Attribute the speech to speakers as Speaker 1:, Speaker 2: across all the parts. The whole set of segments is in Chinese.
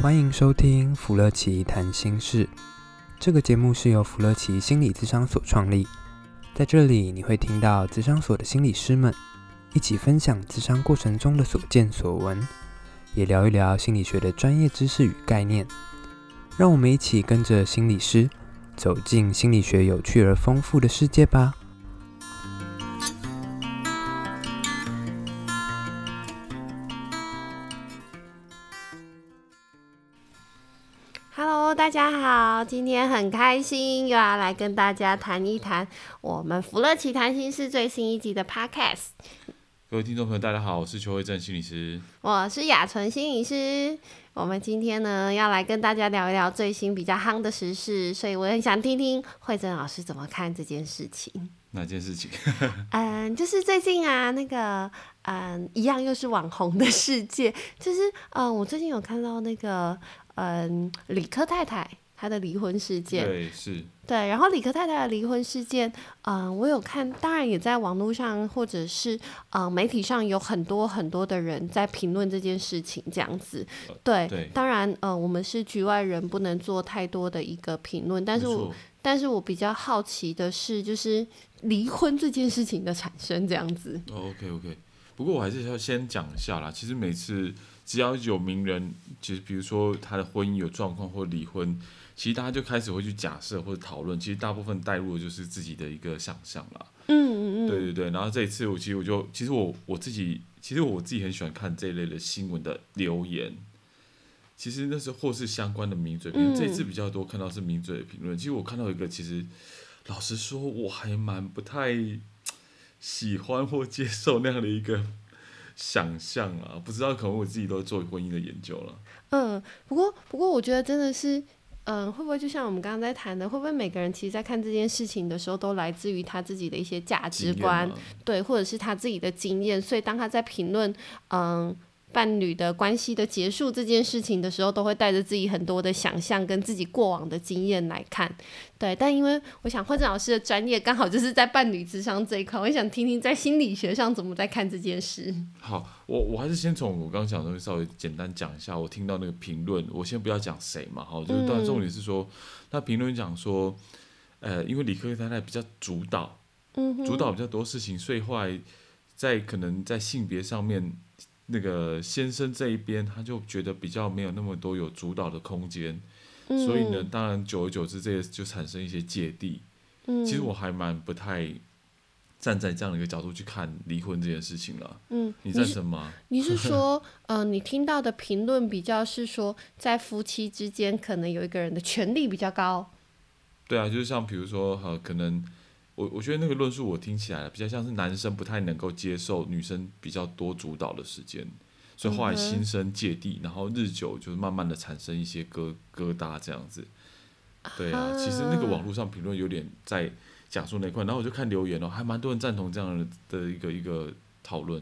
Speaker 1: 欢迎收听福乐奇谈心事。这个节目是由福乐奇心理咨商所创立，在这里你会听到咨商所的心理师们一起分享咨商过程中的所见所闻，也聊一聊心理学的专业知识与概念。让我们一起跟着心理师走进心理学有趣而丰富的世界吧。
Speaker 2: Hello，大家好，今天很开心又要来跟大家谈一谈我们福乐奇谈心事最新一集的 Podcast。
Speaker 3: 各位听众朋友，大家好，我是邱慧正心理师。
Speaker 2: 我是雅纯心理师，我们今天呢要来跟大家聊一聊最新比较夯的时事，所以我很想听听慧珍老师怎么看这件事情。
Speaker 3: 哪件事情？
Speaker 2: 嗯，就是最近啊，那个嗯，一样又是网红的世界，就是嗯，我最近有看到那个嗯，理科太太她的离婚事件，
Speaker 3: 对，是
Speaker 2: 对，然后李克太太的离婚事件，嗯、我有看，当然也在网络上或者是嗯、呃媒体上有很多很多的人在评论这件事情，这样子。对，
Speaker 3: 呃对
Speaker 2: 当然，呃，我们是局外人，不能做太多的一个评论，但是
Speaker 3: 没
Speaker 2: 我
Speaker 3: 错
Speaker 2: 但是我比较好奇的是，就是离婚这件事情的产生，这样子。
Speaker 3: 哦 OK OK，不过我还是要先讲一下啦。其实每次只要有名人，其实比如说他的婚姻有状况或离婚，其实大家就开始会去假设或者讨论。其实大部分带入的就是自己的一个想象啦。
Speaker 2: 嗯嗯嗯，
Speaker 3: 对对对，然后这一次我其实我就其实我我自己其实我自己很喜欢看这一类的新闻的留言。其实那是或是相关的名嘴评论，
Speaker 2: 嗯
Speaker 3: 这一次比较多看到是名嘴的评论。其实我看到一个，其实老实说，我还蛮不太喜欢或接受那样的一个想象啊，不知道可能我自己都做婚姻的研究了。
Speaker 2: 嗯，不过不过，我觉得真的是，嗯，会不会就像我们刚刚在谈的，会不会每个人其实，在看这件事情的时候，都来自于他自己的一些价值
Speaker 3: 经验
Speaker 2: 观
Speaker 3: 嘛，
Speaker 2: 对，或者是他自己的经验，所以当他在评论，嗯。伴侣的关系的结束这件事情的时候，都会带着自己很多的想象跟自己过往的经验来看，对。但因为我想慧正老师的专业刚好就是在伴侣智商这一块，我也想听听在心理学上怎么在看这件事。
Speaker 3: 好，我我还是先从我刚刚讲的东西稍微简单讲一下。我听到那个评论，我先不要讲谁嘛，哈，就是但
Speaker 2: 嗯
Speaker 3: 重点是说，那评论讲说，呃，因为理科太太比较主导，
Speaker 2: 嗯哼，
Speaker 3: 主导比较多事情，所以后来在可能在性别上面，那个先生这一边他就觉得比较没有那么多有主导的空间，
Speaker 2: 嗯
Speaker 3: 所以呢，当然久而久之，这个就产生一些芥蒂。
Speaker 2: 嗯，嗯
Speaker 3: 其实我还蛮不太站在这样的一个角度去看离婚这件事情了。
Speaker 2: 嗯，
Speaker 3: 你
Speaker 2: 是
Speaker 3: 赞成吗？
Speaker 2: 你是 说，呃，你听到的评论比较是说，在夫妻之间可能有一个人的权利比较高，
Speaker 3: 对啊，就是像比如说，呃，可能我我觉得那个论述我听起来比较像是男生不太能够接受女生比较多主导的时间，所以后来
Speaker 2: 嗯哼
Speaker 3: 心生芥蒂，然后日久就是慢慢的产生一些疙疙瘩这样子。对啊，其实那个网络上评论有点在讲述那一块，然后我就看留言哦，还蛮多人赞同这样的的一个一个讨论。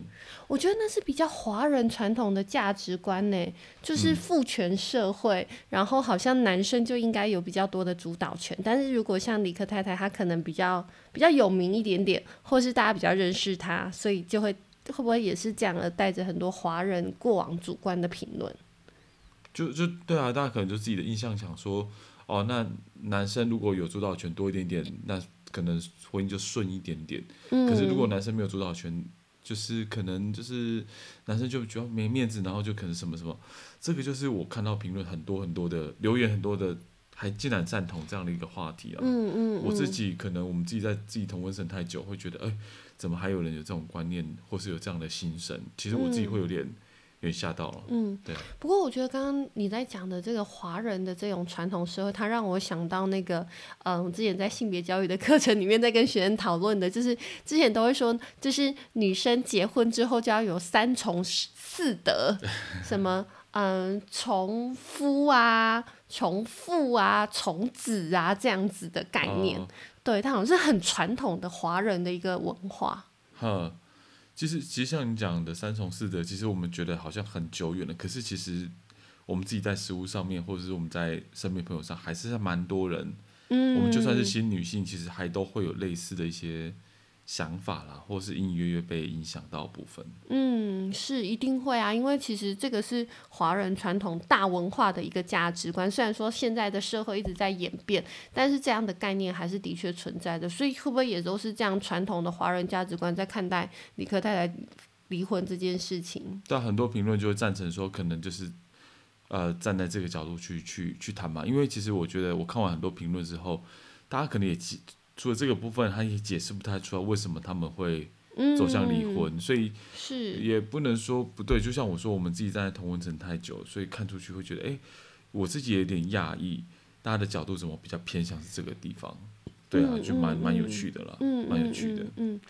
Speaker 2: 我觉得那是比较华人传统的价值观呢，
Speaker 3: 嗯
Speaker 2: 就是父权社会，然后好像男生就应该有比较多的主导权，但是如果像李克太太，她可能比较比较有名一点点，或是大家比较认识她，所以就会会不会也是这样而带着很多华人过往主观的评论？
Speaker 3: 就就对啊，大家可能就自己的印象想说，哦，那男生如果有主导权多一点点，那可能婚姻就顺一点点。
Speaker 2: 嗯，
Speaker 3: 可是如果男生没有主导权，就是可能就是男生就比较没面子，然后就可能什么什么，这个就是我看到评论很多很多的留言很多的，还竟然赞同这样的一个话题啊。
Speaker 2: 嗯嗯，
Speaker 3: 我自
Speaker 2: 嗯
Speaker 3: 己可能我们自己在自己同温层太久，会觉得哎、怎么还有人有这种观念，或是有这样的心声？其实我自己会有点、有点吓到了。
Speaker 2: 嗯，
Speaker 3: 对。
Speaker 2: 不过我觉得刚刚你在讲的这个华人的这种传统社会，它让我想到那个，嗯，我之前在性别教育的课程里面在跟学生讨论的，就是之前都会说，就是女生结婚之后就要有三从四德，什么。嗯，从夫啊，从父啊，从子啊，这样子的概念，
Speaker 3: 哦
Speaker 2: 对，它好像是很传统的华人的一个文化。
Speaker 3: 哈，其实其实像你讲的三从四德，其实我们觉得好像很久远了，可是其实我们自己在食物上面，或者是我们在身边朋友上，还是蛮多人，
Speaker 2: 嗯，
Speaker 3: 我们就算是新女性，其实还都会有类似的一些想法啦，或是隐隐约约被影响到的部分。
Speaker 2: 嗯，是一定会啊，因为其实这个是华人传统大文化的一个价值观。虽然说现在的社会一直在演变，但是这样的概念还是的确存在的。所以会不会也都是这样传统的华人价值观在看待李克太太离婚这件事情？
Speaker 3: 但很多评论就会赞成说，可能就是呃站在这个角度去去去谈嘛。因为其实我觉得我看完很多评论之后，大家可能也解除了这个部分，他也解释不太出来为什么他们会
Speaker 2: 嗯，
Speaker 3: 走向离婚，所以
Speaker 2: 是
Speaker 3: 也不能说不对。就像我说，我们自己站在同温层太久，所以看出去会觉得，哎、我自己也有点讶异，大家的角度怎么比较偏向是这个地方？对啊，
Speaker 2: 嗯
Speaker 3: 就蛮
Speaker 2: 嗯
Speaker 3: 蛮有
Speaker 2: 嗯
Speaker 3: 趣的啦，
Speaker 2: 嗯，
Speaker 3: 蛮有
Speaker 2: 嗯
Speaker 3: 趣的。
Speaker 2: 嗯。嗯嗯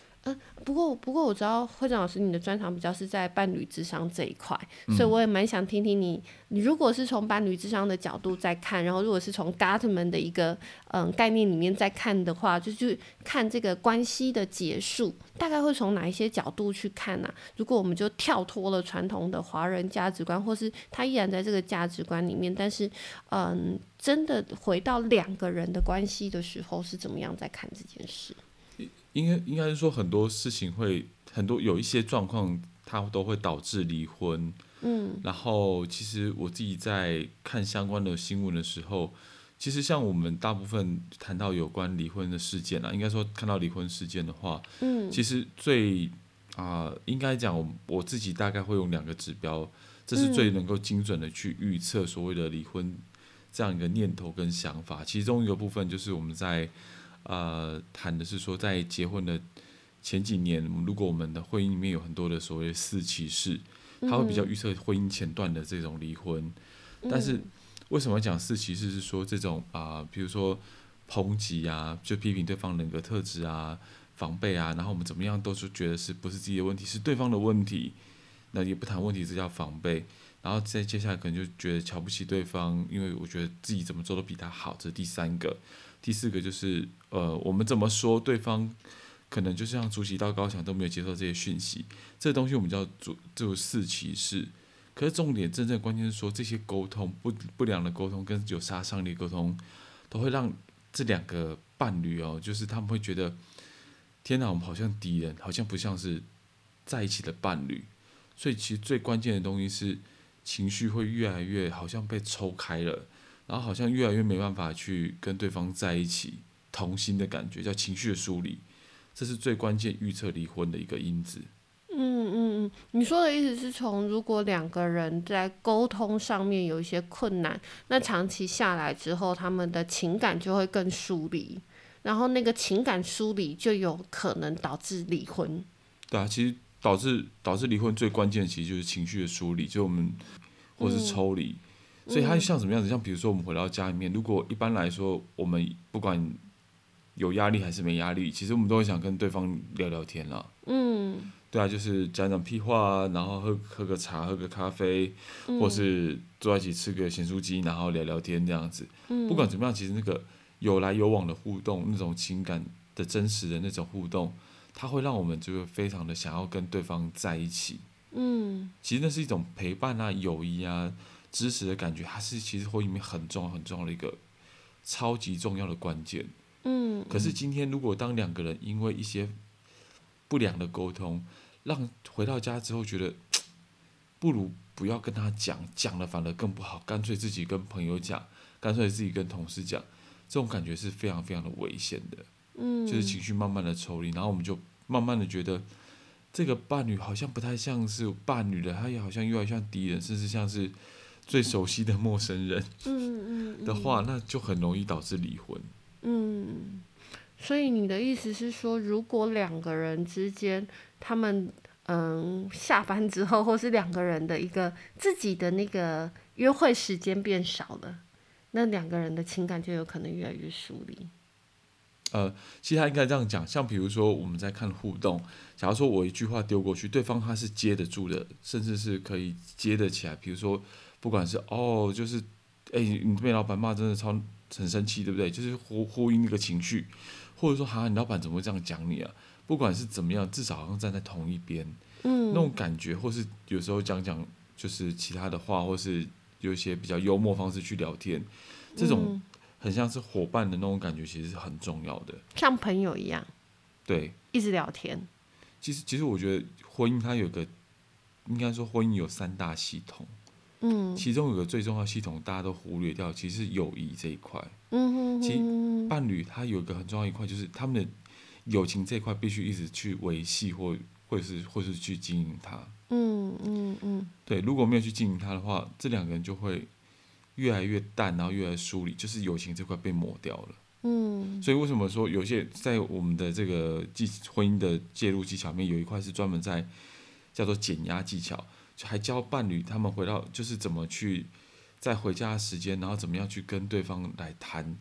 Speaker 2: 不过不过我知道会长老师你的专长比较是在伴侣智商这一块，所以我也蛮想听听你，你如果是从伴侣智商的角度在看，然后如果是从 Gottman 的一个嗯概念里面在看的话，就去看这个关系的结束，大概会从哪一些角度去看呢、如果我们就跳脱了传统的华人价值观，或是他依然在这个价值观里面，但是嗯，真的回到两个人的关系的时候，是怎么样在看这件事？
Speaker 3: 应该应该是说很多事情会很多有一些状况，它都会导致离婚。嗯，然后其实我自己在看相关的新闻的时候，其实像我们大部分谈到有关离婚的事件啊，应该说看到离婚事件的话，
Speaker 2: 嗯
Speaker 3: 其实最啊、应该讲我我自己大概会用两个指标，这是最能够精准的去预测所谓的离婚这样一个念头跟想法。其中一个部分就是我们在呃谈的是说，在结婚的前几年，如果我们的婚姻里面有很多的所谓的四骑士，他会比较预测婚姻前段的这种离婚。但是为什么讲四骑士是说这种啊、比如说抨击啊，就批评对方人格特质啊、防备啊，然后我们怎么样都是觉得是不是自己的问题，是对方的问题，那也不谈问题，这叫防备。然后再接下来可能就觉得瞧不起对方，因为我觉得自己怎么做都比他好，这是第三个。第四个就是呃，我们怎么说对方可能就像主席到高墙都没有接受这些讯息，这东西我们叫主就四歧视。可是重点真正关键是说，这些沟通不不良的沟通跟有杀伤力的沟通，都会让这两个伴侣哦，就是他们会觉得，天哪，我们好像敌人，好像不像是在一起的伴侣。所以其实最关键的东西是，情绪会越来越好像被抽开了，然后好像越来越没办法去跟对方在一起同心的感觉，叫情绪的梳理。这是最关键预测离婚的一个因子。
Speaker 2: 嗯嗯嗯，你说的意思是从如果两个人在沟通上面有一些困难，那长期下来之后，他们的情感就会更疏离，然后那个情感疏离就有可能导致离婚。
Speaker 3: 对啊，其实导致导致离婚最关键，其实就是情绪的梳理，就我们或是抽离。所以它像什么样子？像比如说，我们回到家里面，如果一般来说，我们不管有压力还是没压力，其实我们都会想跟对方聊聊天啦。
Speaker 2: 嗯
Speaker 3: 对啊，就是讲讲屁话啊，然后喝喝个茶，喝个咖啡，或是坐在一起吃个咸酥鸡，然后聊聊天这样子。不管怎么样，其实那个有来有往的互动，那种情感的真实的那种互动，它会让我们就是非常的想要跟对方在一起。
Speaker 2: 嗯
Speaker 3: 其实那是一种陪伴啊、友谊啊、支持的感觉，它是其实婚姻里面很重要、很重要的一个超级重要的关键。
Speaker 2: 嗯
Speaker 3: 可是今天如果当两个人因为一些不良的沟通，让回到家之后觉得嗯不如不要跟他讲，讲了反而更不好，干脆自己跟朋友讲，干脆自己跟同事讲，这种感觉是非常非常的危险的。
Speaker 2: 嗯，
Speaker 3: 就是情绪慢慢的抽离，然后我们就慢慢的觉得这个伴侣好像不太像是伴侣了，他也好像越来越像敌人，甚至像是最熟悉的陌生人
Speaker 2: 嗯嗯嗯
Speaker 3: 的话，那就很容易导致离婚。
Speaker 2: 嗯，所以你的意思是说，如果两个人之间，他们嗯下班之后，或是两个人的一个自己的那个约会时间变少了，那两个人的情感就有可能越来越疏离。
Speaker 3: 呃，其实他应该这样讲，像比如说我们在看互动，假如说我一句话丢过去，对方他是接得住的，甚至是可以接得起来。比如说，不管是哦，就是哎、你被老板骂真的超很生气，对不对？就是呼呼应那个情绪，或者说哈，你老板怎么会这样讲你啊？不管是怎么样，至少好像站在同一边，
Speaker 2: 嗯
Speaker 3: 那种感觉，或是有时候讲讲就是其他的话，或是有一些比较幽默方式去聊天，这种
Speaker 2: 嗯
Speaker 3: 很像是伙伴的那种感觉，其实是很重要的。
Speaker 2: 像朋友一样，
Speaker 3: 对，
Speaker 2: 一直聊天。
Speaker 3: 其实其实我觉得婚姻它有个，应该说婚姻有三大系统，
Speaker 2: 嗯
Speaker 3: 其中有个最重要的系统大家都忽略掉，其实是友谊这一块。
Speaker 2: 嗯哼
Speaker 3: 其
Speaker 2: 哼，
Speaker 3: 伴侣他有一个很重要一块，就是他们的友情这一块必须一直去维系或或是或是去经营它。
Speaker 2: 嗯嗯嗯
Speaker 3: 对，如果没有去经营它的话，这两个人就会越来越淡，然后越来越疏离，就是友情这块被抹掉了。
Speaker 2: 嗯
Speaker 3: 所以为什么说有些在我们的这个技婚姻的介入技巧里面，有一块是专门在叫做减压技巧，就还教伴侣他们回到就是怎么去在回家的时间，然后怎么样去跟对方来谈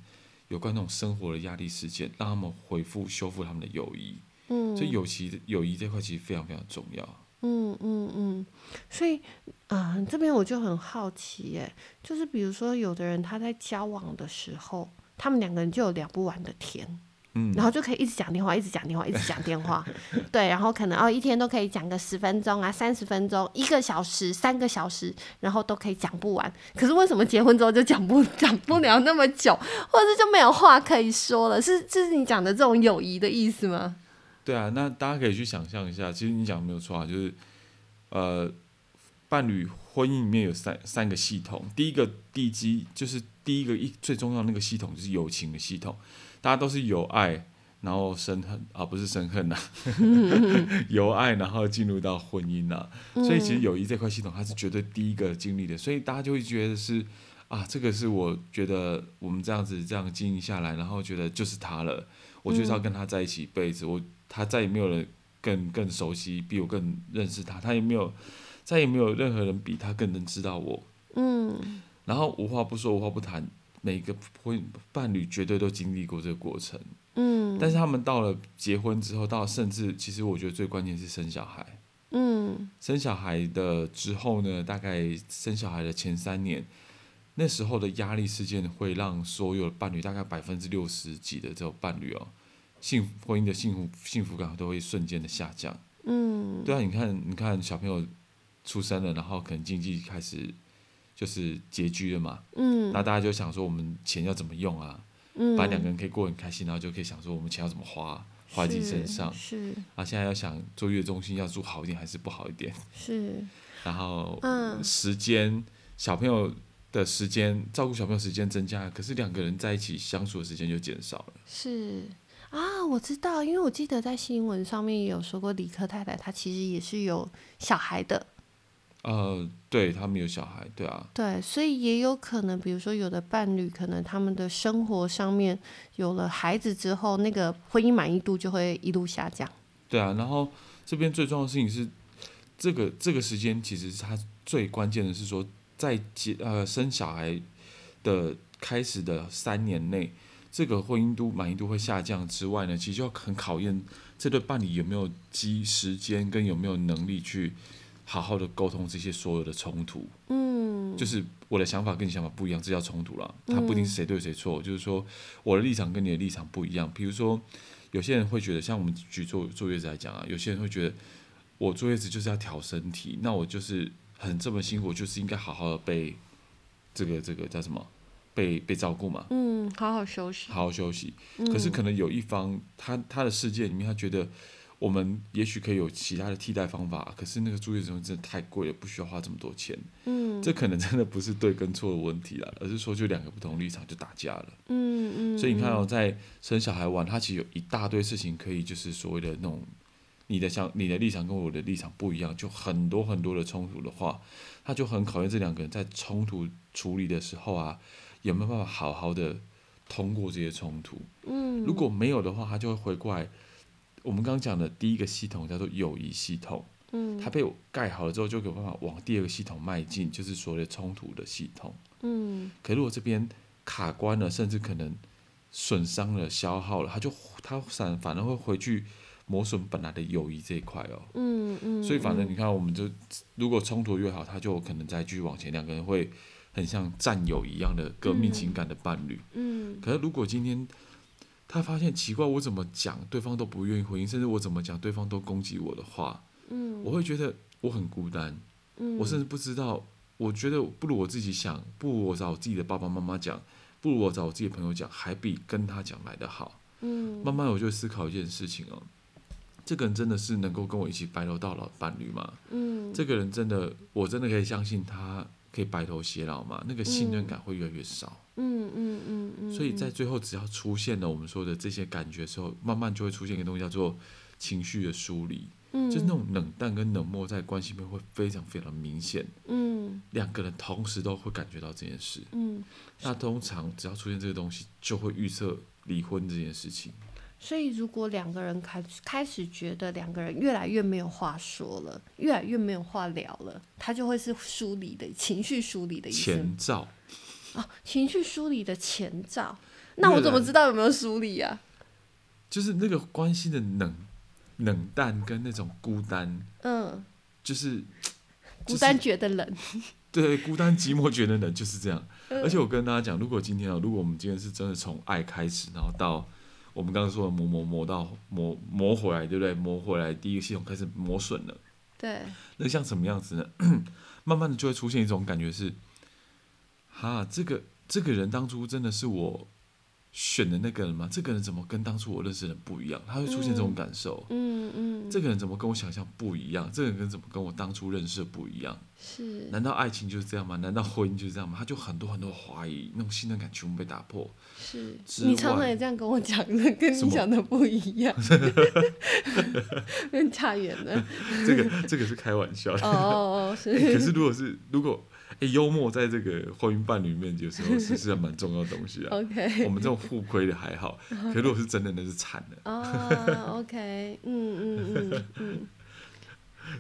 Speaker 3: 有关那种生活的压力事件，让他们回复修复他们的友谊。
Speaker 2: 嗯，
Speaker 3: 所以友谊友谊这块其实非常非常重要。
Speaker 2: 嗯嗯嗯，所以啊、这边我就很好奇耶，就是比如说有的人他在交往的时候，他们两个人就有聊不完的天，
Speaker 3: 嗯，
Speaker 2: 然后就可以一直讲电话，一直讲电话，一直讲电话，对，然后可能哦一天都可以讲个十分钟啊，三十分钟，一个小时，三个小时，然后都可以讲不完。可是为什么结婚之后就讲不讲不了那么久，或者是就没有话可以说了？是这是你讲的这种友谊的意思吗？
Speaker 3: 对啊，那大家可以去想象一下，其实你讲得没有错啊，就是呃，伴侣婚姻里面有三三个系统，第一个地基就是第一个一最重要的那个系统就是友情的系统，大家都是有爱，然后生恨啊，不是生恨呐、 由爱然后进入到婚姻呐、所以其实友谊这块系统它是绝对第一个经历的，所以大家就会觉得是啊，这个是我觉得我们这样子这样经营下来，然后觉得就是他了，我就是要跟他在一起一辈子，我他再也没有人更更熟悉，比我更认识他，他也没有再也没有任何人比他更能知道我，
Speaker 2: 嗯
Speaker 3: 然后无话不说，无话不谈。每个婚伴侣绝对都经历过这个过程，
Speaker 2: 嗯
Speaker 3: 但是他们到了结婚之后，到甚至其实我觉得最关键是生小孩。
Speaker 2: 嗯
Speaker 3: 生小孩的之后呢，大概生小孩的前三年，那时候的压力事件会让所有的伴侣，大概百分之六十几的这种伴侣哦，幸福婚姻的幸福幸福感都会瞬间的下降。
Speaker 2: 嗯
Speaker 3: 对啊，你看，你看小朋友出生了，然后可能经济开始就是拮据了嘛，
Speaker 2: 嗯
Speaker 3: 那大家就想说我们钱要怎么用啊？
Speaker 2: 嗯，
Speaker 3: 本来两个人可以过得很开心，然后就可以想说我们钱要怎么花，花在自己身
Speaker 2: 是
Speaker 3: 上
Speaker 2: 是
Speaker 3: 啊。现在要想住月中心要住好一点还是不好一点？
Speaker 2: 是，
Speaker 3: 然后
Speaker 2: 嗯
Speaker 3: 时间，小朋友的时间，照顾小朋友时间增加了，可是两个人在一起相处的时间就减少了。
Speaker 2: 是啊，我知道，因为我记得在新闻上面也有说过，理科太太她其实也是有小孩的，
Speaker 3: 呃，对他们有小孩，对啊，
Speaker 2: 对，所以也有可能，比如说有的伴侣可能他们的生活上面有了孩子之后，那个婚姻满意度就会一路下降。
Speaker 3: 对啊。然后这边最重要的事情是，这个这个时间其实是他最关键的是说，在结呃生小孩的开始的三年内。这个婚姻度满意度会下降之外呢，其实就要很考验这对伴侣有没有积时间跟有没有能力去好好的沟通这些所有的冲突。
Speaker 2: 嗯
Speaker 3: 就是我的想法跟你想法不一样，这叫冲突了。它不一定是谁对谁错，就是说我的立场跟你的立场不一样。比如说，有些人会觉得，像我们举坐坐月子来讲啊，有些人会觉得我坐月子就是要调身体，那我就是很这么辛苦，就是应该好好的被这个这个叫什么被被照顾嘛，
Speaker 2: 嗯，好好休息。
Speaker 3: 好好休息。可是可能有一方他他的世界里面，他觉得。我们也许可以有其他的替代方法，可是那个住月子中心真的太贵了，不需要花这么多钱。
Speaker 2: 嗯
Speaker 3: 这可能真的不是对跟错的问题啦，而是说就两个不同立场就打架了。
Speaker 2: 嗯嗯，
Speaker 3: 所以你看
Speaker 2: 嗯
Speaker 3: 哦，在生小孩玩，他其实有一大堆事情可以就是所谓的那种你的想你的立场跟我的立场不一样，就很多很多的冲突的话，他就很考验这两个人在冲突处理的时候啊，有没有办法好好的通过这些冲突。
Speaker 2: 嗯，
Speaker 3: 如果没有的话，他就会回过来。我们刚刚讲的第一个系统叫做友谊系统，
Speaker 2: 嗯
Speaker 3: 它被我盖好了之后，就有办法往第二个系统迈进，就是所谓的冲突的系统。
Speaker 2: 嗯
Speaker 3: 可如果这边卡关了，甚至可能损伤了、消耗了，它就它反反而会回去磨损本来的友谊这一块哦。
Speaker 2: 嗯嗯，
Speaker 3: 所以反正
Speaker 2: 嗯
Speaker 3: 你看，我们就如果冲突越好，它就有可能再继续往前，两个人会很像战友一样的革命情感的伴侣。
Speaker 2: 嗯
Speaker 3: 可是如果今天他发现奇怪，我怎么讲对方都不愿意回应，甚至我怎么讲对方都攻击我的话，
Speaker 2: 嗯，
Speaker 3: 我会觉得我很孤单。
Speaker 2: 嗯
Speaker 3: 我甚至不知道，我觉得不如我自己想，不如我找我自己的爸爸妈妈讲，不如我找我自己的朋友讲，还比跟他讲来的好。
Speaker 2: 嗯
Speaker 3: 慢慢我就会思考一件事情哦，这个人真的是能够跟我一起白头到老的伴侣吗？
Speaker 2: 嗯，
Speaker 3: 这个人真的，我真的可以相信他可以白头偕老吗？那个信任感会越来越少。
Speaker 2: 嗯嗯嗯嗯，
Speaker 3: 所以在最后，只要出现了我们说的这些感觉之后，慢慢就会出现一个东西叫做情绪的梳理，
Speaker 2: 嗯
Speaker 3: 就是那种冷淡跟冷漠在关系里面会非常非常明显，
Speaker 2: 嗯
Speaker 3: 两个人同时都会感觉到这件事。
Speaker 2: 嗯，
Speaker 3: 那通常只要出现这个东西，就会预测离婚这件事情。
Speaker 2: 所以如果两个人开开始觉得两个人越来越没有话说了，越来越没有话聊了，他就会是梳理的情绪梳理的意思吗
Speaker 3: 前兆，
Speaker 2: 哦，情绪梳理的前兆。那
Speaker 3: 越
Speaker 2: 我怎么
Speaker 3: 来
Speaker 2: 知道有没有梳理啊？
Speaker 3: 就是那个关系的冷冷淡跟那种孤单，
Speaker 2: 嗯，
Speaker 3: 就是
Speaker 2: 孤单觉得冷。
Speaker 3: 对孤单寂寞觉得冷就是这样。
Speaker 2: 嗯
Speaker 3: 而且我跟大家讲，如果今天啊，如果我们今天是真的从爱开始，然后到我们刚刚说的磨磨磨到磨磨回来，对不对？磨回来第一个系统开始磨损了，
Speaker 2: 对，
Speaker 3: 那像什么样子呢？ 慢慢的就会出现一种感觉是，哈，这个这个人当初真的是我选的那个人吗？这个人怎么跟当初我认识的人不一样？他会出现这种感受。
Speaker 2: 嗯嗯，
Speaker 3: 这个人怎么跟我想象不一样？这个人怎么跟我当初认识的不一样？
Speaker 2: 是
Speaker 3: 难道爱情就是这样吗？难道婚姻就是这样吗？他就很多很多怀疑，那种信任感全部被打破。
Speaker 2: 是。
Speaker 3: 之
Speaker 2: 你常常
Speaker 3: 外
Speaker 2: 也这样跟我讲的，跟
Speaker 3: 什
Speaker 2: 你
Speaker 3: 么
Speaker 2: 讲的不一 样，跟差远了。
Speaker 3: 这个 这个是开玩笑的。
Speaker 2: 哦哦哦，是。
Speaker 3: 欸可是如果是如果哎、欸幽默在这个婚姻伴侣里面，有时候是是蛮重要的东西啊。
Speaker 2: OK
Speaker 3: 我们这种互亏的 还好，可是如果是真的，那是惨的。
Speaker 2: 啊，OK，嗯嗯嗯嗯，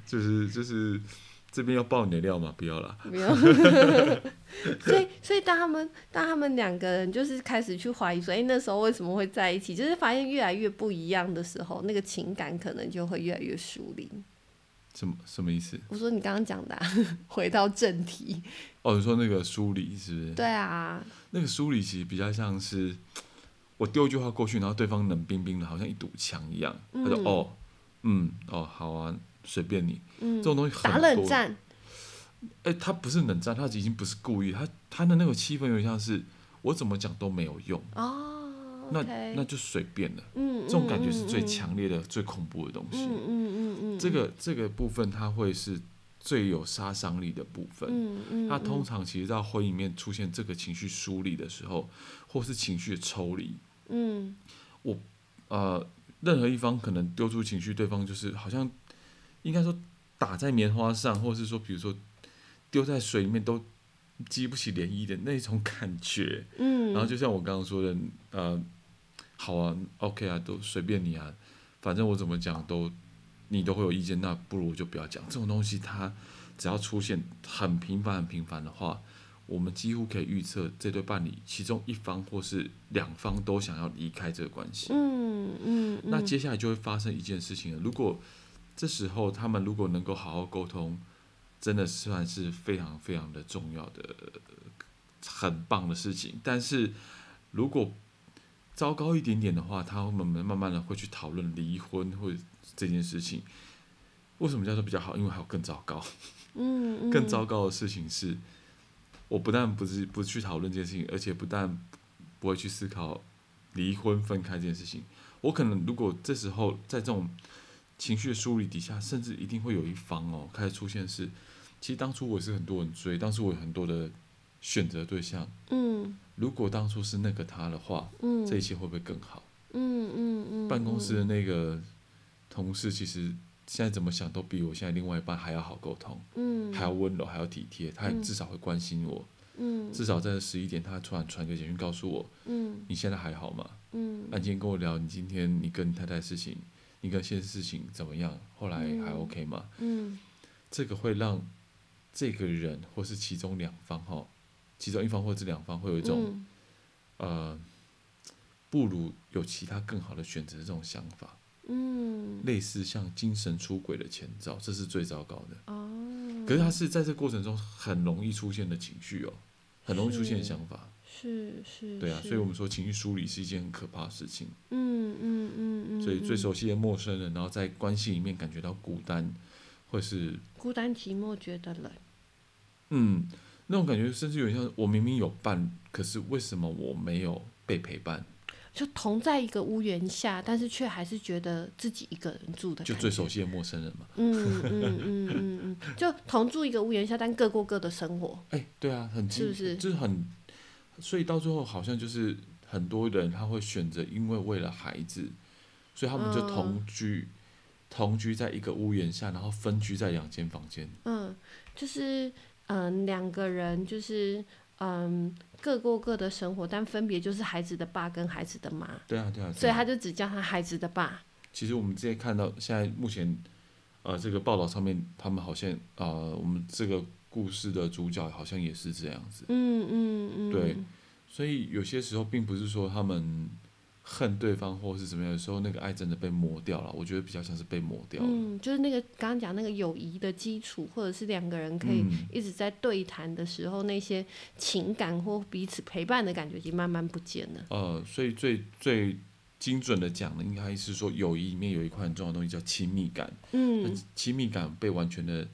Speaker 3: 就是就是这边要爆你的料吗？不要啦。
Speaker 2: 不 用。所以，所以当他们当他们两个人就是开始去怀疑说，哎、那时候为什么会在一起？就是发现越来越不一样的时候，那个情感可能就会越来越疏离。
Speaker 3: 什么什么意思？
Speaker 2: 我说你刚刚讲的啊、 回到正题，
Speaker 3: 哦，你说那个梳理是不是？
Speaker 2: 对啊，
Speaker 3: 那个梳理其实比较像是我丢一句话过去，然后对方冷冰冰的，好像一堵墙一样。他就
Speaker 2: 嗯
Speaker 3: 哦，嗯，哦，好啊，随便你。
Speaker 2: 嗯
Speaker 3: 这，种东西很
Speaker 2: 打
Speaker 3: 多。
Speaker 2: 冷战，
Speaker 3: 哎、他不是冷战，他已经不是故意，他他的那个气氛有点像是我怎么讲都没有用，
Speaker 2: 哦
Speaker 3: 那
Speaker 2: ，OK，
Speaker 3: 那就随便了。
Speaker 2: 嗯，
Speaker 3: 这种感觉
Speaker 2: 嗯
Speaker 3: 是最，强烈的、最恐怖的东西。
Speaker 2: 嗯嗯嗯嗯嗯，
Speaker 3: 这个这个部分，它会是最有杀伤力的部分。
Speaker 2: 嗯，嗯嗯，
Speaker 3: 它通常其实到婚姻里面出现这个情绪梳理的时候，或是情绪的抽离，
Speaker 2: 嗯
Speaker 3: 呃，任何一方可能丢出情绪，对方就是好像应该说打在棉花上，或是说比如说丢在水里面都激不起涟漪的那种感觉。
Speaker 2: 嗯，
Speaker 3: 然后就像我刚刚说的，呃，好啊，OK 啊，都随便你啊，反正我怎么讲都你都会有意见，那不如我就不要讲。这种东西它只要出现很频繁、很频繁的话。我们几乎可以预测，这对伴侣其中一方或是两方都想要离开这个关系。
Speaker 2: 嗯嗯，
Speaker 3: 那
Speaker 2: 嗯
Speaker 3: 接下来就会发生一件事情了。如果这时候他们如果能够好好沟通，真的算是非常非常的重要的、很棒的事情。但是如果糟糕一点点的话，他们慢慢的会去讨论离婚或者这件事情。为什么叫做比较好？因为还有更糟糕。
Speaker 2: 嗯嗯
Speaker 3: 更糟糕的事情是，我不但不是不去讨论这件事情，而且不但不会去思考离婚分开这件事情。我可能如果这时候在这种情绪的梳理底下，甚至一定会有一方哦开始出现是，其实当初我也是很多人追，当初我有很多的选择对象。
Speaker 2: 嗯
Speaker 3: 如果当初是那个他的话，
Speaker 2: 嗯，
Speaker 3: 这一切会不会更好？
Speaker 2: 嗯嗯嗯，
Speaker 3: 办公室的那个同事其实现在怎么想都比我现在另外一半还要好沟通。
Speaker 2: 嗯，
Speaker 3: 还要温柔，还要体贴，他也
Speaker 2: 嗯
Speaker 3: 至少会关心我。
Speaker 2: 嗯
Speaker 3: 至少在十一点，他突然传个简讯告诉我
Speaker 2: 嗯
Speaker 3: 你现在还好吗？
Speaker 2: 嗯
Speaker 3: 那、你今天跟我聊你今天你跟太太的事情，你跟先生事情怎么样？后来还
Speaker 2: 嗯
Speaker 3: OK 吗？
Speaker 2: 嗯
Speaker 3: 这个会让这个人或是其中两方哈，其中一方或者两方会有一种、
Speaker 2: 嗯
Speaker 3: 呃，不如有其他更好的选择这种想法，
Speaker 2: 嗯
Speaker 3: 类似像精神出轨的前兆，这是最糟糕的。
Speaker 2: 哦，
Speaker 3: 可是他是在这过程中很容易出现的情绪哦，很容易出现的
Speaker 2: 是
Speaker 3: 想法，
Speaker 2: 是是，
Speaker 3: 对啊，
Speaker 2: 是
Speaker 3: 所以我们说情绪梳理是一件很可怕的事情。
Speaker 2: 嗯嗯嗯嗯，
Speaker 3: 所以最
Speaker 2: 嗯
Speaker 3: 熟悉的陌生人，然后在关系里面感觉到孤单，或是
Speaker 2: 孤单寂寞觉得冷，
Speaker 3: 嗯那种感觉，甚至有点像我明明有伴，可是为什么我没有被陪伴？
Speaker 2: 就同在一个屋檐下，但是却还是觉得自己一个人住的感觉。
Speaker 3: 就最熟悉的陌生人嘛。
Speaker 2: 嗯嗯嗯嗯嗯， 就同住一个屋檐下，但各过各的生活。
Speaker 3: 哎、对啊，很
Speaker 2: 是不
Speaker 3: 近
Speaker 2: 是
Speaker 3: 就是很，所以到最后好像就是很多人他会选择，因为为了孩子，所以他们就同
Speaker 2: 嗯
Speaker 3: 居，同居在一个屋檐下，然后分居在两间房间。
Speaker 2: 嗯，就是嗯，两个人就是嗯，各过各的生活，但分别就是孩子的爸跟孩子的妈，
Speaker 3: 对啊，对啊。对啊
Speaker 2: 所以他就只叫他孩子的爸。
Speaker 3: 其实我们之前看到，现在目前，呃，这个报道上面，他们好像，呃，我们这个故事的主角好像也是这样子。
Speaker 2: 嗯嗯嗯，
Speaker 3: 对，所以有些时候并不是说他们恨对方或是怎么样，有时候那个爱真的被磨掉了。我觉得比较像是被磨掉了。
Speaker 2: 嗯，就是那个刚刚讲那个友谊的基础，或者是两个人可以
Speaker 3: 嗯
Speaker 2: 一直在对谈的时候，那些情感或彼此陪伴的感觉已经慢慢不见了。
Speaker 3: 呃，所以最最精准的讲呢，应该是说友谊里面有一块很重要的东西叫亲密感，那
Speaker 2: 嗯，
Speaker 3: 亲密感被完全的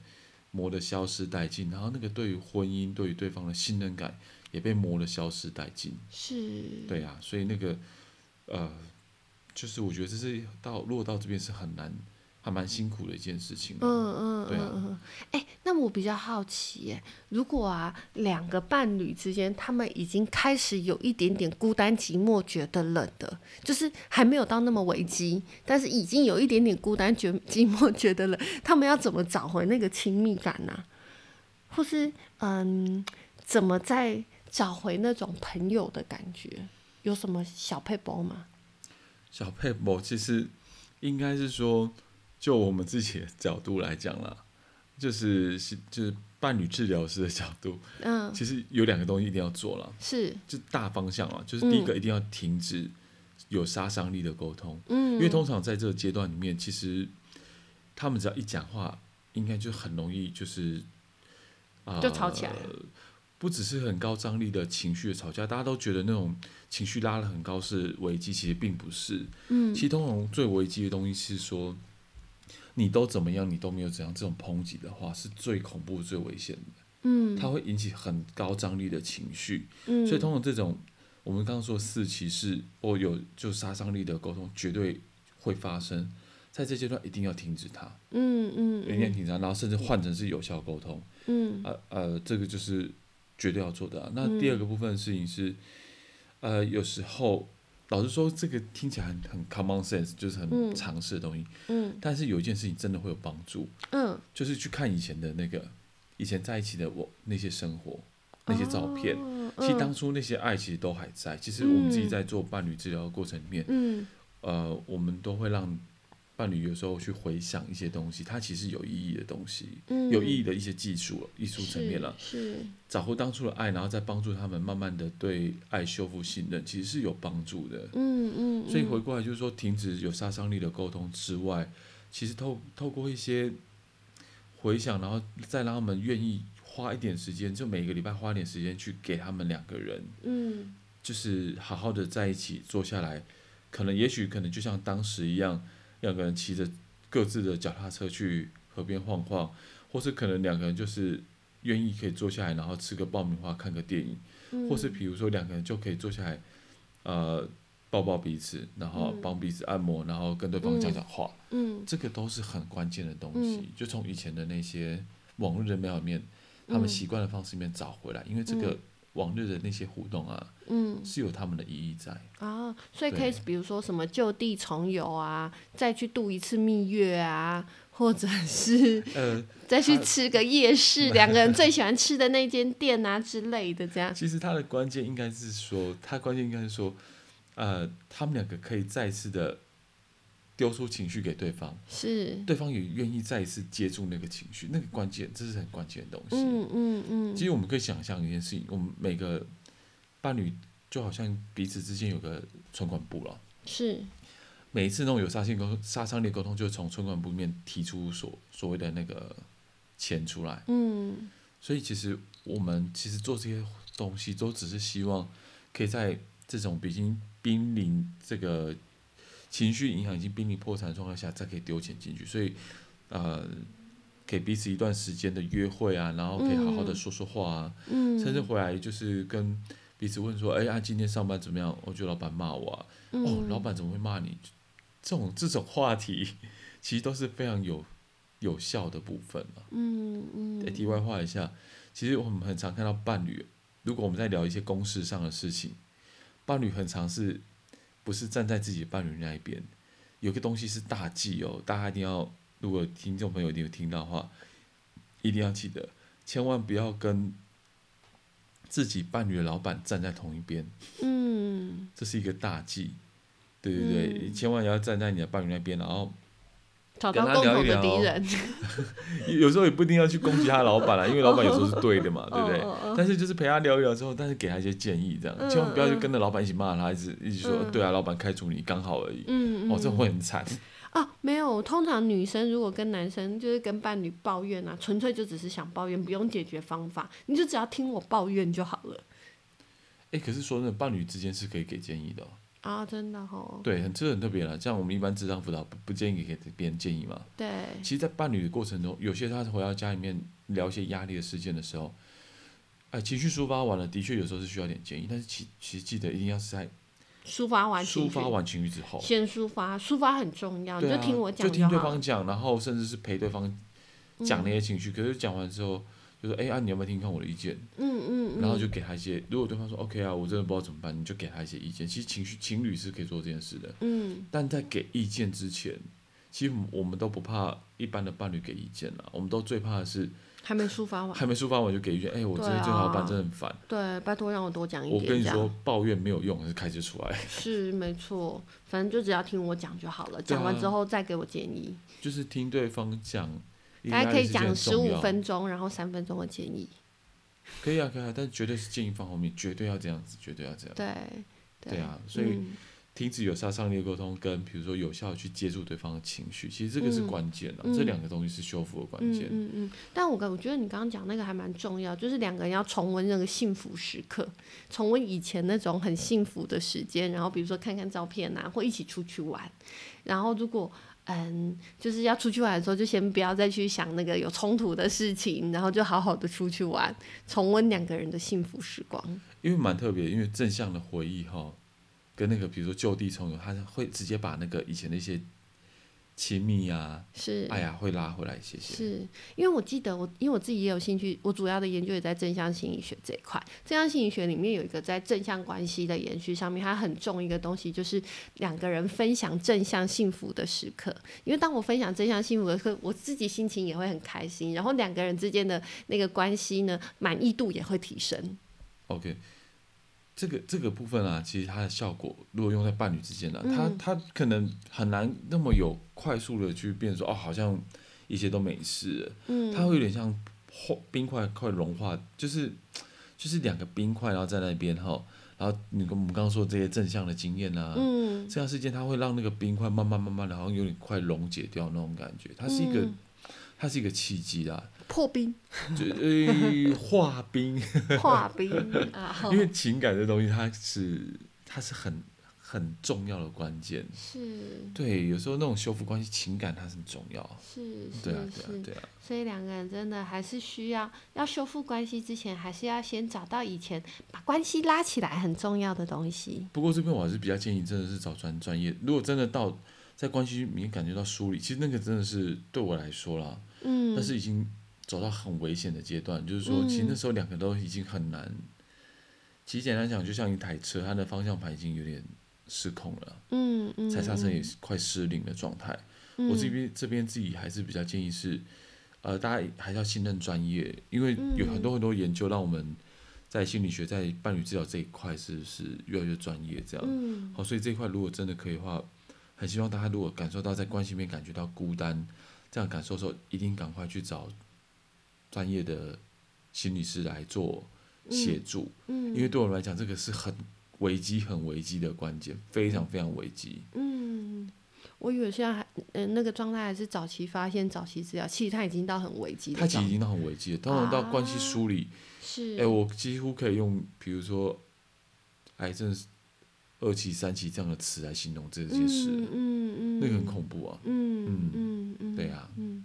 Speaker 3: 磨得消失殆尽，然后那个对于婚姻、对于对方的信任感也被磨得消失殆尽。
Speaker 2: 是，
Speaker 3: 对呀、所以那个呃，就是我觉得这是到落到这边是很难，还蛮辛苦的一件事情啊。
Speaker 2: 嗯嗯
Speaker 3: 对啊
Speaker 2: 嗯嗯，哎、那我比较好奇耶，如果啊两个伴侣之间，他们已经开始有一点点孤单寂寞、觉得冷的，就是还没有到那么危机，但是已经有一点点孤单、觉 寂寞、觉得冷，他们要怎么找回那个亲密感呢、或是嗯，怎么再找回那种朋友的感觉？有什么小配包吗？
Speaker 3: 小佩伯其实应该是说，就我们自己的角度来讲啦，就是是就是伴侣治疗师的角度，
Speaker 2: 嗯，
Speaker 3: 其实有两个东西一定要做啦，
Speaker 2: 是，
Speaker 3: 就大方向啊，
Speaker 2: 嗯
Speaker 3: 就是第一个一定要停止有杀伤力的沟通，
Speaker 2: 嗯，
Speaker 3: 因为通常在这个阶段里面，其实他们只要一讲话，应该就很容易就是啊、
Speaker 2: 就吵起来了
Speaker 3: 不只是很高张力的情绪的吵架，大家都觉得那种情绪拉得很高是危机，其实并不是。
Speaker 2: 嗯
Speaker 3: 其实通常最危机的东西是说，你都怎么样，你都没有怎样，这种抨击的话是最恐怖、最危险的，
Speaker 2: 嗯
Speaker 3: 它会引起很高张力的情绪。
Speaker 2: 嗯，
Speaker 3: 所以通常这种我们刚刚说的四歧视或有就杀伤力的沟通，绝对会发生。在这阶段一定要停止它，
Speaker 2: 嗯嗯
Speaker 3: 一定要
Speaker 2: 嗯
Speaker 3: 停止它，然后甚至换成是有效沟通。
Speaker 2: 嗯。
Speaker 3: 呃呃，这个就是绝对要做的、啊。那第二个部分的事情是，呃，有时候老实说，这个听起来很很 common sense，就是
Speaker 2: 嗯
Speaker 3: 很常识的东西。
Speaker 2: 嗯
Speaker 3: 但是有一件事情真的会有帮助，
Speaker 2: 嗯，
Speaker 3: 就是去看以前的那个以前在一起的我那些生活那些照片。
Speaker 2: 哦
Speaker 3: 其实当初那些爱其实都还在。其实我们自己在做伴侣治疗的过程里面，
Speaker 2: 嗯
Speaker 3: 呃，我们都会让伴侣有时候去回想一些东西，它其实有意义的东西，
Speaker 2: 嗯
Speaker 3: 有意义的一些技术、艺术层面了。
Speaker 2: 是是
Speaker 3: 找回当初的爱，然后再帮助他们慢慢的对爱修复信任，其实是有帮助的。
Speaker 2: 嗯嗯，
Speaker 3: 所以回过来就是说，停止有杀伤力的沟通之外，其实透透过一些回想，然后再让他们愿意花一点时间，就每个礼拜花一点时间去给他们两个人，
Speaker 2: 嗯
Speaker 3: 就是好好的在一起坐下来，可能也许可能就像当时一样，两个人骑着各自的脚踏车去河边晃晃，或是可能两个人就是愿意可以坐下来，然后吃个爆米花，看个电影，
Speaker 2: 嗯，
Speaker 3: 或是比如说两个人就可以坐下来，呃，抱抱彼此，然后
Speaker 2: 嗯
Speaker 3: 帮彼此按摩，然后跟对方讲讲话，
Speaker 2: 嗯
Speaker 3: 这个都是很关键的东西。
Speaker 2: 嗯
Speaker 3: 就从以前的那些往日的庙里面，他们
Speaker 2: 嗯
Speaker 3: 习惯的方式里面找回来，因为这个往日的那些互动啊，
Speaker 2: 嗯
Speaker 3: 是有他们的意义在。
Speaker 2: 啊，所以可
Speaker 3: 对
Speaker 2: 以比如说什么就地重游啊，再去度一次蜜月啊，或者 是
Speaker 3: 呃，
Speaker 2: 再去
Speaker 3: 他
Speaker 2: 吃个夜市，两个人最喜欢吃的那间店啊之类的，这样
Speaker 3: 其实它的关键应该是说，它关键应该是说，呃，他们两个可以再次的丢出情绪给对方，
Speaker 2: 是，
Speaker 3: 对方也愿意再一次接住那个情绪，那个关键，这是很关键的东西。
Speaker 2: 嗯嗯嗯，
Speaker 3: 其实我们可以想象一件事情，我们每个伴侣就好像彼此之间有个存款簿了。
Speaker 2: 是，
Speaker 3: 每一次那种有杀性沟通杀伤力沟通，就是从存款簿里面提出所所谓的那个钱出来。
Speaker 2: 嗯
Speaker 3: 所以其实我们其实做这些东西，都只是希望可以在这种已经濒临这个情绪影响已经濒临破产的状态下，再可以丢钱进去。所以，呃，给彼此一段时间的约会啊，然后可以好好的
Speaker 2: 嗯
Speaker 3: 说说话啊，
Speaker 2: 嗯，
Speaker 3: 甚至回来就是跟，比彼此问说，哎、啊，今天上班怎么样？我觉得老板骂我啊，
Speaker 2: 嗯
Speaker 3: 哦，老板怎么会骂你？这种这种话题，其实都是非常有有效的部分嘛。
Speaker 2: 嗯
Speaker 3: 哎，
Speaker 2: 嗯，
Speaker 3: 题外话一下，其实我们很常看到伴侣，如果我们在聊一些公事上的事情，伴侣很常是不是站在自己的伴侣那一边？有个东西是大忌哦，大家一定要，如果听众朋友一定有听到的话，一定要记得，千万不要跟自己伴侣的老板站在同一边，
Speaker 2: 嗯，
Speaker 3: 这是一个大忌。对对对，千万要站在你的伴侣那边，然后
Speaker 2: 找到
Speaker 3: 跟他
Speaker 2: 共
Speaker 3: 聊
Speaker 2: 同
Speaker 3: 一
Speaker 2: 的
Speaker 3: 聊
Speaker 2: 敌 人，
Speaker 3: 有时候也不一定要去攻击他的老 板啦，因为老板有时候是对的嘛，对不对？
Speaker 2: 哦哦哦
Speaker 3: 但是就是陪他聊一聊之后，但是给他一些建议，这样、
Speaker 2: 嗯
Speaker 3: 千万不要去跟着老板一起骂他，一直一直说、
Speaker 2: 嗯
Speaker 3: 对啊，老板开除你刚好而已。
Speaker 2: 嗯，
Speaker 3: 哦，这
Speaker 2: 嗯
Speaker 3: 会很惨。
Speaker 2: 啊，没有，通常女生如果跟男生就是跟伴侣抱怨啊，纯粹就只是想抱怨，不用解决方法，你就只要听我抱怨就好了
Speaker 3: 哎，可是说真的，伴侣之间是可以给建议的、哦，
Speaker 2: 啊，真的哦，
Speaker 3: 对，很这很特别了。像我们一般智商辅导不不建议给别人建议嘛。
Speaker 2: 对，
Speaker 3: 其实，在伴侣的过程中，有些他回到家里面聊一些压力的事件的时候，哎，情绪抒发完了，的确有时候是需要点建议，但是其其实记得一定要是在
Speaker 2: 抒发完情
Speaker 3: 抒
Speaker 2: 绪，
Speaker 3: 发完情绪之后，
Speaker 2: 先抒发，抒发很重啊要，你
Speaker 3: 对
Speaker 2: 就
Speaker 3: 啊，
Speaker 2: 听我讲
Speaker 3: 就听对
Speaker 2: 好了
Speaker 3: 方。讲，然后甚至是陪对方讲那些情绪。可是讲完之后，就说：“哎、啊，你有没有听看我的意见？”
Speaker 2: 嗯嗯
Speaker 3: 然后
Speaker 2: 嗯，
Speaker 3: 就给他一些，如果对方说 “OK 啊，我真的不知道怎么办”，你就给他一些意见。其实情绪情侣是可以做这件事的，
Speaker 2: 嗯
Speaker 3: 但在给意见之前，其实我们都不怕一般的伴侣给意见了，我们都最怕的是
Speaker 2: 还没抒发完，
Speaker 3: 还没抒发完就给意见。哎、我这
Speaker 2: 对啊
Speaker 3: 这个老板真的很烦。
Speaker 2: 对，拜托让我多讲一
Speaker 3: 我
Speaker 2: 点。
Speaker 3: 跟你
Speaker 2: 这样
Speaker 3: 说，抱怨没有用，是开始出来，
Speaker 2: 是没错，反正就只要听我讲就好了。
Speaker 3: 对啊
Speaker 2: 讲完之后再给我建议，
Speaker 3: 就是听对方讲。
Speaker 2: 大家可以讲十五
Speaker 3: 钟。
Speaker 2: 分钟，然后三分钟的建议。
Speaker 3: 可以啊，可以啊，但绝对是建议放后面，绝对要这样子，绝对要这样。
Speaker 2: 对，
Speaker 3: 对啊，所以
Speaker 2: 嗯
Speaker 3: 停止有杀伤力的沟通，跟比如说有效的去接住对方的情绪，其实这个是
Speaker 2: 嗯
Speaker 3: 关键啊，
Speaker 2: 嗯
Speaker 3: 这两个东西是修复的关
Speaker 2: 嗯
Speaker 3: 键。
Speaker 2: 嗯嗯，但我感我觉得你刚刚讲那个还蛮重要，就是两个人要重温那个幸福时刻，重温以前那种很幸福的时间，然后比如说看看照片啊，或一起出去玩。然后如果嗯，就是要出去玩的时候，就先不要再去想那个有冲突的事情，然后就好好的出去玩，重温两个人的幸福时光。
Speaker 3: 因为蛮特别，因为正向的回忆哈，跟那个比如说就地重游，它会直接把那个以前的一些亲密啊、
Speaker 2: 是，
Speaker 3: 爱啊，会拉回来一些些。
Speaker 2: 是因为我记得我，因为我自己也有兴趣，我主要的研究也在正向心理学这一块。正向心理学里面有一个在正向关系的延续上面，它很重一个东西，就是两个人分享正向幸福的时刻。因为当我分享正向幸福的时刻，我自己心情也会很开心，然后两个人之间的那个关系呢，满意度也会提升。
Speaker 3: OK，这个这个部分啊，其实它的效果，如果用在伴侣之间呢、啊，
Speaker 2: 嗯
Speaker 3: 它它可能很难那么有快速的去变说哦，好像一些都没事了，
Speaker 2: 嗯，
Speaker 3: 它会有点像化冰块快融化，就是就是两个冰块，然后在那边哈，然后你跟我们刚刚说的这些正向的经验啊。
Speaker 2: 嗯，
Speaker 3: 这样事件，它会让那个冰块慢慢慢慢的，好像有点快溶解掉那种感觉。它是一个，
Speaker 2: 嗯
Speaker 3: 它是一个契机啦，
Speaker 2: 破冰、
Speaker 3: 就呃 化冰，
Speaker 2: 化冰啊，
Speaker 3: 因为情感这东西，它是它是很很重要的关键。
Speaker 2: 是
Speaker 3: 对，有时候那种修复关系，情感它是很重要。
Speaker 2: 是是
Speaker 3: 对啊，对
Speaker 2: 是
Speaker 3: 啊，。对啊。
Speaker 2: 所以两个人真的还是需要要修复关系之前，还是要先找到以前把关系拉起来很重要的东西。
Speaker 3: 不过这边我还是比较建议，真的是找专专业。如果真的到在关系里面感觉到疏离，其实那个真的是对我来说啦，
Speaker 2: 嗯
Speaker 3: 但是已经走到很危险的阶段，就是说，其实那时候两个都已经很难。其实简单讲，就像一台车，它的方向盘已经有点失控了，
Speaker 2: 嗯嗯，
Speaker 3: 踩刹车
Speaker 2: 嗯
Speaker 3: 也是快失灵的状态。
Speaker 2: 嗯
Speaker 3: 我这边这边自己还是比较建议是，呃，大家还是要信任专业，因为有
Speaker 2: 嗯
Speaker 3: 很多很多研究让我们在心理学、在伴侣治疗这一块是是越来越专业这样。
Speaker 2: 嗯
Speaker 3: 好，所以这一块如果真的可以的话，很希望大家如果感受到在关系里面感觉到孤单这样的感受的时候，一定赶快去找专业的心理师来做协助，
Speaker 2: 嗯，
Speaker 3: 因为对我们来讲，这个是很危机、很危机的关键，非常非常危机。
Speaker 2: 嗯，我以为现在还嗯、呃那个状态还是早期发现、早期治疗，其实他已经到很危机
Speaker 3: 它
Speaker 2: 的
Speaker 3: 其实
Speaker 2: 状
Speaker 3: 已
Speaker 2: 态。
Speaker 3: 经到很危机了，当然到关系梳理，
Speaker 2: 是
Speaker 3: 哎、我几乎可以用，比如说癌症二期、三期这样的词来形容这件事，
Speaker 2: 嗯嗯嗯，
Speaker 3: 那个很恐怖啊。
Speaker 2: 嗯
Speaker 3: 嗯
Speaker 2: 嗯嗯，
Speaker 3: 对啊
Speaker 2: 嗯，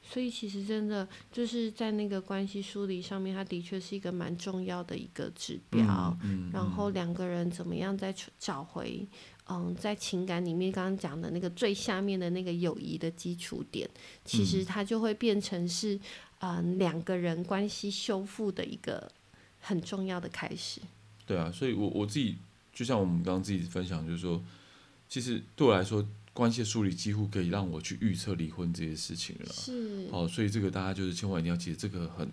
Speaker 2: 所以其实真的就是在那个关系梳理上面，它的确是一个蛮重要的一个指标。
Speaker 3: 嗯，
Speaker 2: 然后两个人怎么样再去找回，嗯，在情感里面刚刚讲的那个最下面的那个友谊的基础点，
Speaker 3: 嗯
Speaker 2: 其实它就会变成是，嗯，两个人关系修复的一个很重要的开始。
Speaker 3: 对啊，所以我我自己就像我们刚刚自己分享，就是说，其实对我来说，关系的梳理几乎可以让我去预测离婚这些事情了啦。
Speaker 2: 是，
Speaker 3: 哦，所以这个大家就是千万一定要记得，这个很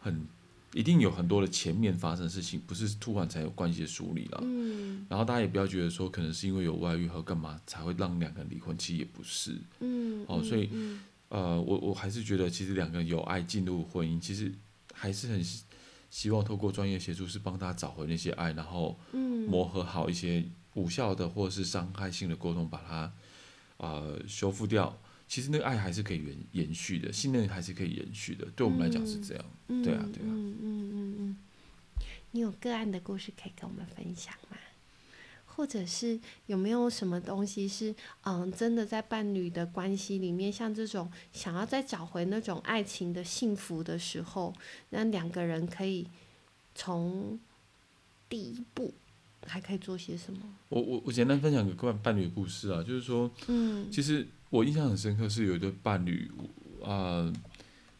Speaker 3: 很一定有很多的前面发生的事情，不是突然才有关系的梳理啦。
Speaker 2: 嗯
Speaker 3: 然后大家也不要觉得说，可能是因为有外遇和干嘛才会让两个人离婚，其实也不是。
Speaker 2: 嗯，
Speaker 3: 哦所以
Speaker 2: 嗯
Speaker 3: 呃，我我还是觉得，其实两个人有爱进入婚姻，其实还是很希希望透过专业协助，是帮他找回那些爱，然后
Speaker 2: 嗯，
Speaker 3: 磨合好一些无效的或是伤害性的沟通，把它呃修复掉。其实那个爱还是可以延延续的，信任还是可以延续的。对我们来讲是这样。
Speaker 2: 嗯
Speaker 3: 对啊对啊
Speaker 2: 嗯嗯嗯嗯，你有个案的故事可以跟我们分享吗？或者是有没有什么东西是，嗯，真的在伴侣的关系里面，像这种想要再找回那种爱情的幸福的时候，那两个人可以从第一步还可以做些什么？
Speaker 3: 我我我简单分享个伴伴侣的故事啊，就是说，
Speaker 2: 嗯
Speaker 3: 其实我印象很深刻是有一对伴侣，呃，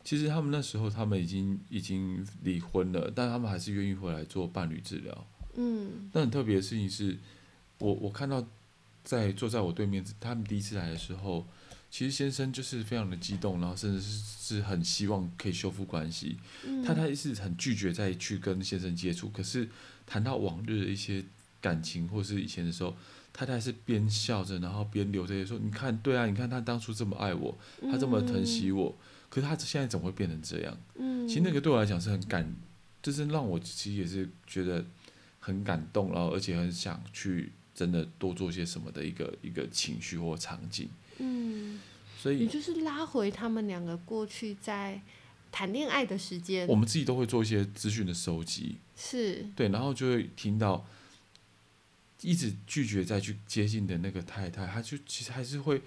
Speaker 3: 其实他们那时候他们已经已经离婚了，但他们还是愿意回来做伴侣治疗。
Speaker 2: 嗯
Speaker 3: 那很特别的事情是，我我看到在坐在我对面，他们第一次来的时候，其实先生就是非常的激动，然后甚至是是很希望可以修复关系。
Speaker 2: 嗯，
Speaker 3: 太太是很拒绝再去跟先生接触，可是谈到往日的一些感情或是以前的时候，太太是边笑着，然后边流着泪说：“你看，对啊，你看他当初这么爱我，
Speaker 2: 嗯
Speaker 3: 他这么疼惜我，可是他现在怎么会变成这样？”
Speaker 2: 嗯，嗯，
Speaker 3: 其实那个对我来讲是很感，就是让我其实也是觉得很感动，然后而且很想去真的多做些什么的一个一个情绪或场景。
Speaker 2: 嗯，
Speaker 3: 所
Speaker 2: 也
Speaker 3: 以
Speaker 2: 就是拉回他们两个过去在谈恋爱的时间
Speaker 3: 我，们自己都会做一些资讯的收集，
Speaker 2: 是，
Speaker 3: 对，然后就会听到一直拒绝再去接近的那个太太，她就其实还是会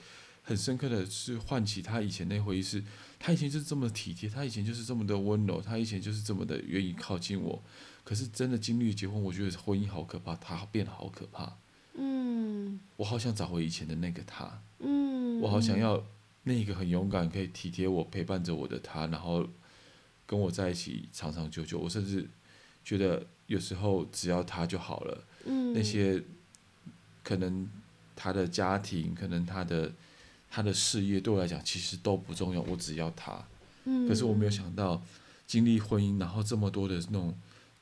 Speaker 3: 很深刻的是唤起她以前那回忆是，她以前就是这么体贴，她以前就是这么的温柔，她以前就是这么的愿意靠近我。可是真的经历结婚，我觉得婚姻好可怕，她变得好可怕。
Speaker 2: 嗯
Speaker 3: 我好想找回以前的那个她，
Speaker 2: 嗯，
Speaker 3: 我好想要那个很勇敢、可以体贴我、陪伴着我的她，然后跟我在一起长长久久。我甚至觉得有时候只要她就好了。
Speaker 2: 嗯
Speaker 3: 那些可能他的家庭，可能他的他的事业，对我来讲其实都不重要，我只要他。
Speaker 2: 嗯，
Speaker 3: 可是我没有想到，经历婚姻，然后这么多的那种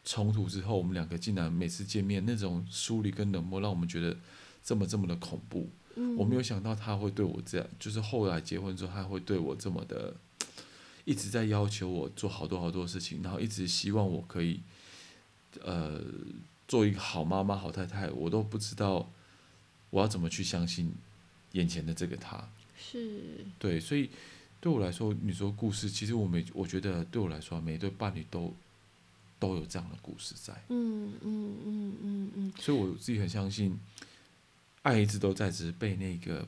Speaker 3: 冲突之后，我们两个竟然每次见面那种疏离跟冷漠，让我们觉得这么这么的恐怖。
Speaker 2: 嗯，
Speaker 3: 我没有想到他会对我这样，就是后来结婚之后，他会对我这么的，一直在要求我做好多好多事情，然后一直希望我可以，呃，做一个好妈妈、好太太，我都不知道我要怎么去相信眼前的这个他。
Speaker 2: 是，
Speaker 3: 对，所以对我来说，你说故事，其实我每我觉得对我来说，每一对伴侣都都有这样的故事在，
Speaker 2: 嗯嗯嗯嗯嗯，
Speaker 3: 所以我自己很相信，爱一直都在，只是被那个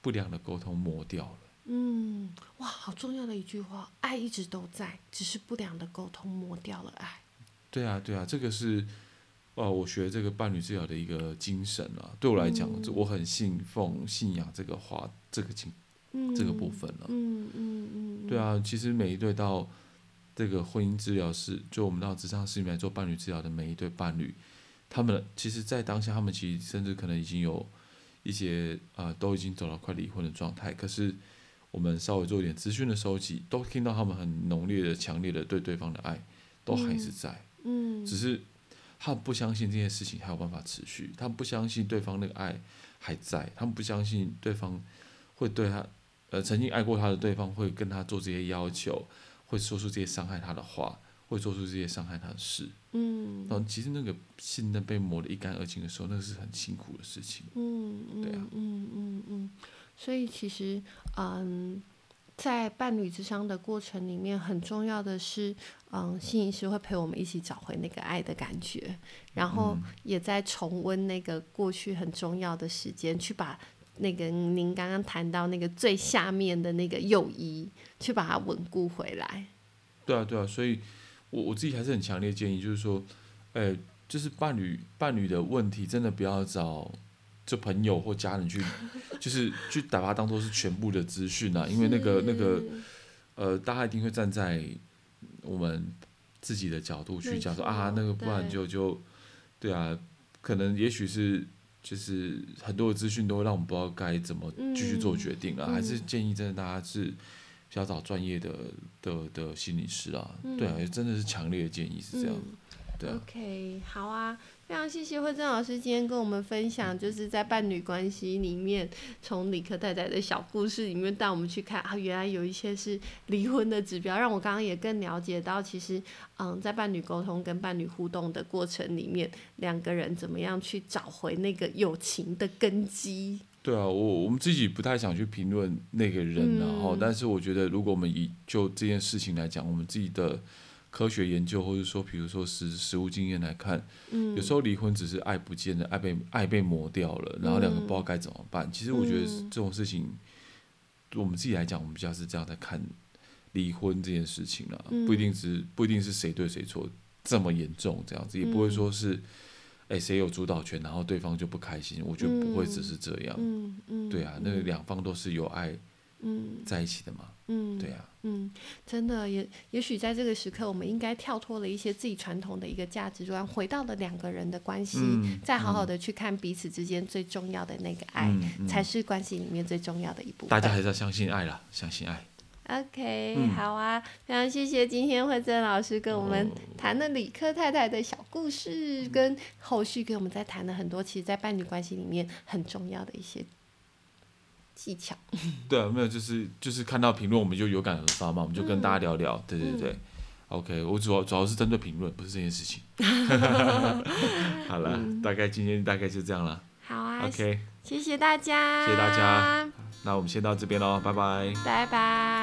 Speaker 3: 不良的沟通磨掉了。
Speaker 2: 嗯，哇，好重要的一句话，爱一直都在，只是不良的沟通磨掉了爱。
Speaker 3: 对啊，对啊，这个是呃，我学这个伴侣治疗的一个精神啊。对我来讲，这
Speaker 2: 嗯
Speaker 3: 我很信奉信仰这个话，这个情
Speaker 2: 嗯，
Speaker 3: 这个部分啊。
Speaker 2: 嗯，嗯嗯嗯，
Speaker 3: 对，啊，其实每一对到这个婚姻治疗师，就我们到职场室里面来做伴侣治疗的每一对伴侣，他们其实，在当下，他们其实甚至可能已经有一些啊、呃都已经走到快离婚的状态。可是我们稍微做一点资讯的收集，都听到他们很浓烈的、强烈的对对方的爱，都还是
Speaker 2: 嗯
Speaker 3: 在。
Speaker 2: 嗯，
Speaker 3: 只是他们不相信这件事情还有办法持续，他们不相信对方那个爱还在，他们不相信对方会对他，呃，曾经爱过他的对方会跟他做这些要求，会说出这些伤害他的话，会做出这些伤害他的事。
Speaker 2: 嗯，
Speaker 3: 然后其实那个信任被磨得一干二净的时候，那是很辛苦的事情。
Speaker 2: 嗯嗯
Speaker 3: 对啊
Speaker 2: 嗯嗯嗯，所以其实，嗯，在伴侣之商的过程里面，很重要的是，嗯，心理师会陪我们一起找回那个爱的感
Speaker 3: 嗯
Speaker 2: 觉，然后也在重温那个过去很重要的时间，去把那个您刚刚谈到那个最下面的那个友谊，去把它稳固回来。
Speaker 3: 对啊，对啊，所以我我自己还是很强烈建议，就是说，哎，就是伴侣伴侣的问题，真的不要找就朋友或家人去，就是去把它当做是全部的资讯啊，因为那个那个
Speaker 2: 嗯
Speaker 3: 呃，大家一定会站在我们自己的角度去
Speaker 2: 没
Speaker 3: 讲说
Speaker 2: 错
Speaker 3: 啊，那个不然
Speaker 2: 对
Speaker 3: 就就对啊，可能也许是。就是很多的资讯都会让我们不知道该怎么继续做
Speaker 2: 嗯
Speaker 3: 决定啊，还是建议真的大家是比较找专业的的的心理师啊，对啊，真的是强烈的建议是这样，
Speaker 2: 嗯
Speaker 3: 对啊，
Speaker 2: OK，好啊，非常谢谢慧珍老师今天跟我们分
Speaker 3: 嗯
Speaker 2: 享，就是在伴侣关系里面，从理科太太的小故事里面带我们去看啊，原来有一些是离婚的指标，让我刚刚也更了解到，其实嗯，在伴侣沟通跟伴侣互动的过程里面，两个人怎么样去找回那个友情的根基。
Speaker 3: 对啊，我我们自己不太想去评论那个人、啊，然后、
Speaker 2: 嗯
Speaker 3: 但是我觉得如果我们以就这件事情来讲，我们自己的科学研究或者说比如说实实务经验来看，
Speaker 2: 嗯，
Speaker 3: 有时候离婚只是爱不见了，爱被爱被磨掉了，然后两个不知道该怎么办。其实我觉得
Speaker 2: 嗯
Speaker 3: 这种事情，对我们自己来讲，我们比较是这样在看离婚这件事情了，
Speaker 2: 嗯
Speaker 3: 不一定是不一定是谁对谁错这么严重这样子，也不会
Speaker 2: 嗯
Speaker 3: 说是哎谁有主导权，然后对方就不开心。我觉得不会只是这样，
Speaker 2: 嗯嗯，
Speaker 3: 对啊，那
Speaker 2: 嗯
Speaker 3: 两方都是有爱
Speaker 2: 嗯
Speaker 3: 在一起的嘛，
Speaker 2: 嗯，
Speaker 3: 对啊，
Speaker 2: 嗯，真的也也许在这个时刻，我们应该跳脱了一些自己传统的一个价值观，回到了两个人的关系，
Speaker 3: 嗯
Speaker 2: 再好好的去看彼此之间最重要的那个爱，
Speaker 3: 嗯嗯
Speaker 2: 才是关系里面最重要的一部分。
Speaker 3: 大家还是要相信爱啦，相信爱。
Speaker 2: OK，、
Speaker 3: 嗯
Speaker 2: 好啊，非常谢谢今天慧珍老师跟我们
Speaker 3: 哦
Speaker 2: 谈了理科太太的小故事，跟后续给我们再谈了很多，其实，在伴侣关系里面很重要的一些技巧。
Speaker 3: 对啊，没有，就是就是看到评论，我们就有感而发嘛，我们就跟大家聊聊。对对对、o k 我主要主要是针对评论，不是这件事 情。好啦，大概今天大概就这样啦。
Speaker 2: 好啊
Speaker 3: OK，
Speaker 2: 谢谢大家，
Speaker 3: 谢谢大家，那我们先到这边喽，拜拜。
Speaker 2: 拜拜。